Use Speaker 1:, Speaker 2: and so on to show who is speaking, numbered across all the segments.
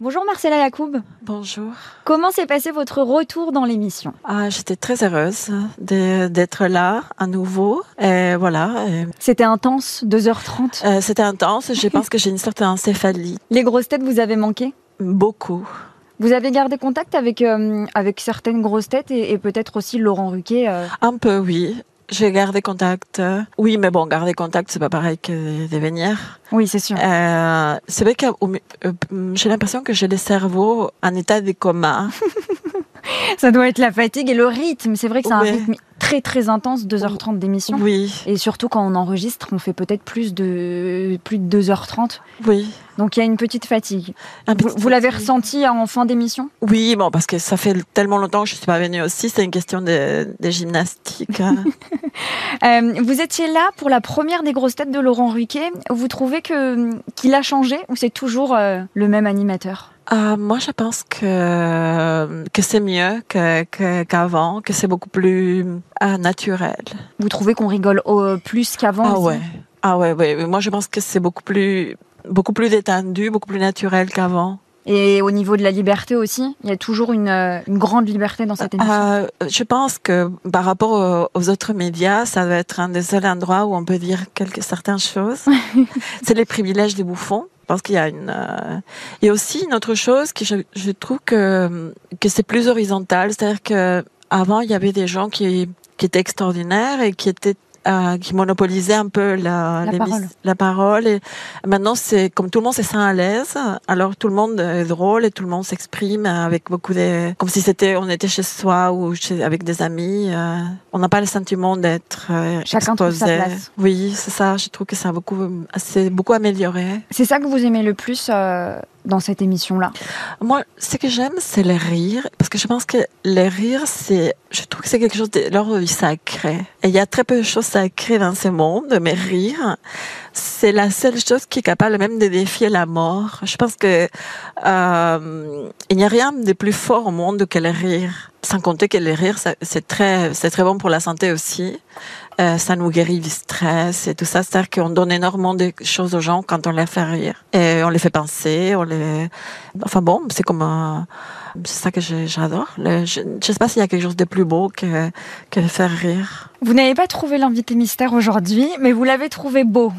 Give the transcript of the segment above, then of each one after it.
Speaker 1: Bonjour Marcella Yacoub.
Speaker 2: Bonjour.
Speaker 1: Comment s'est passé votre retour dans l'émission
Speaker 2: Ah, J'étais très heureuse de- d'être là à nouveau. Et voilà. et,
Speaker 1: C'était intense, 2h30.
Speaker 2: euh, C'était intense. Je pense que j'ai une certaine encéphalie.
Speaker 1: Les grosses têtes vous avez manqué
Speaker 2: Beaucoup.
Speaker 1: Vous avez gardé contact avec, euh, avec certaines grosses têtes et, et peut-être aussi Laurent Ruquier. euh.
Speaker 2: Un peu, oui. J'ai gardé contact. Oui, mais bon, garder contact, c'est pas pareil que de venir.
Speaker 1: Oui, c'est sûr.
Speaker 2: Euh, c'est vrai que au mi- euh, j'ai l'impression que j'ai le cerveau en état de coma.
Speaker 1: Ça doit être la fatigue et le rythme. C'est vrai que c'est
Speaker 2: Ouais.
Speaker 1: un rythme très très intense, 2h30 d'émission.
Speaker 2: Oui,
Speaker 1: Et surtout quand on enregistre, on fait peut-être plus de, plus de 2h30.
Speaker 2: oui.
Speaker 1: Donc il y a une petite fatigue.
Speaker 2: Un
Speaker 1: Vous,
Speaker 2: petit-
Speaker 1: vous l'avez ressenti en fin d'émission
Speaker 2: Oui, bon, parce que ça fait tellement longtemps que je suis pas venue aussi. C'est une question de, de gymnastique. hein.
Speaker 1: Euh, vous étiez là pour la première des grosses têtes de Laurent Ruquier. Vous trouvez que mm, qu'il a changé ou c'est toujours euh, le même animateur
Speaker 2: Ah, moi, je pense que, que c'est mieux que, que- qu'avant, que c'est beaucoup plus ah, naturel.
Speaker 1: Vous trouvez qu'on rigole euh, plus qu'avant
Speaker 2: Ah
Speaker 1: aussi
Speaker 2: ouais. Ah ouais, ouais. ouais. Moi, je pense que c'est beaucoup plus, beaucoup plus détendu, beaucoup plus naturel qu'avant.
Speaker 1: Et au niveau de la liberté aussi, il y a toujours une, euh, une grande liberté dans cette émission.
Speaker 2: Ah, je pense que par rapport au- aux autres médias, ça doit être un des seuls endroits où on peut dire quelques, certaines choses. c'est les privilèges des bouffons. Je pense qu'il y a une, euh, et aussi une autre chose que je, je trouve que, que c'est plus horizontal. C'est-à-dire que avant, il y avait des gens qui, qui étaient extraordinaires et qui étaient euh, qui monopolisaient un peu la,
Speaker 1: La
Speaker 2: l'émis-
Speaker 1: parole.
Speaker 2: la parole. Et maintenant, c'est comme tout le monde se sent à l'aise. Alors tout le monde est drôle et tout le monde s'exprime avec beaucoup de, comme si c'était, on était chez soi ou chez, avec des amis. euh, on n'a pas le sentiment d'être euh,
Speaker 1: Chacun trouve sa
Speaker 2: exposé.
Speaker 1: place.
Speaker 2: Oui, c'est ça. Je trouve que ça a beaucoup, c'est beaucoup amélioré.
Speaker 1: C'est ça que vous aimez le plus euh, dans cette émission-là.
Speaker 2: Moi, ce que j'aime, c'est les rires, parce que je pense que les rires, c'est, je trouve que c'est quelque chose de l'ordre du sacré. Et il y a très peu de choses sacrées dans ce monde, mais rire, c'est la seule chose qui est capable même de défier la mort. Je pense que euh, il n'y a rien de plus fort au monde que le rire. Sans compter que le rire, ça- c'est très, c'est très bon pour la santé aussi. Euh, ça nous guérit du stress et tout ça. C'est-à-dire qu'on donne énormément de choses aux gens quand on les fait rire. Et on les fait penser, on les... Enfin bon, c'est comme un... C'est ça que j'ai- j'adore. Le- Je ne sais pas s'il y a quelque chose de plus beau que, que faire rire.
Speaker 1: Vous n'avez pas trouvé l'invité mystère aujourd'hui, mais vous l'avez trouvé beau.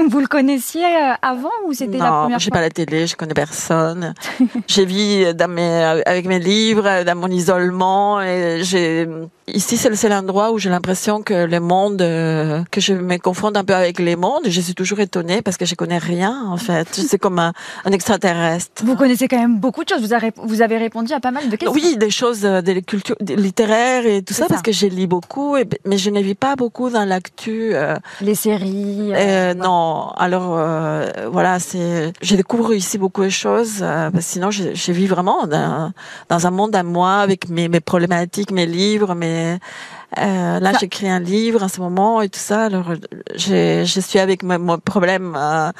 Speaker 1: Vous le connaissiez euh, avant ou c'était la
Speaker 2: Non,
Speaker 1: première
Speaker 2: j'ai
Speaker 1: fois
Speaker 2: pas la télé, je connais personne. j'ai vu euh, dans mes, avec mes livres, euh, dans mon isolement. Et j'ai, ici, c'est le seul endroit où j'ai l'impression que le monde, euh, que je me confonde un peu avec les mondes. Je suis toujours étonnée parce que je connais rien, en fait. C'est comme un, un extraterrestre.
Speaker 1: Vous connaissez quand même beaucoup de choses. Vous avez, vous avez répondu à pas mal de questions.
Speaker 2: Oui, des choses euh, des cultures des littéraires et tout
Speaker 1: C'est
Speaker 2: ça,
Speaker 1: ça.
Speaker 2: parce que j'ai lu beaucoup, et- mais je ne vis pas beaucoup dans l'actu. euh,
Speaker 1: Les séries. euh,
Speaker 2: euh,
Speaker 1: voilà.
Speaker 2: Non, alors euh, voilà, c'est j'ai découvert ici beaucoup de choses. euh, parce que sinon, je, je vis vraiment dans, dans un monde à moi avec mes, mes problématiques, mes livres, mes euh, là
Speaker 1: Ça-
Speaker 2: j'écris un livre en ce moment et tout ça. Alors euh, j'ai- je suis avec mon, mon problème euh,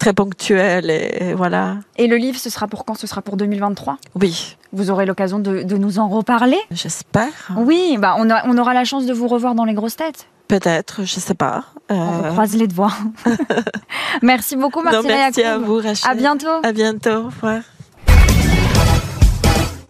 Speaker 2: très ponctuel et, et voilà.
Speaker 1: Et le livre, ce sera pour quand Ce sera pour 2023
Speaker 2: Oui,
Speaker 1: Vous aurez l'occasion de, de nous en reparler.
Speaker 2: j'espère.
Speaker 1: Oui, bah on, a- on aura la chance de vous revoir dans les grosses têtes.
Speaker 2: Peut-être, je sais pas.
Speaker 1: On
Speaker 2: Euh,
Speaker 1: croise les doigts. merci beaucoup,
Speaker 2: non,
Speaker 1: Martina
Speaker 2: merci à
Speaker 1: Yacoub.
Speaker 2: vous, Rachel.
Speaker 1: À bientôt.
Speaker 2: À bientôt. Au revoir.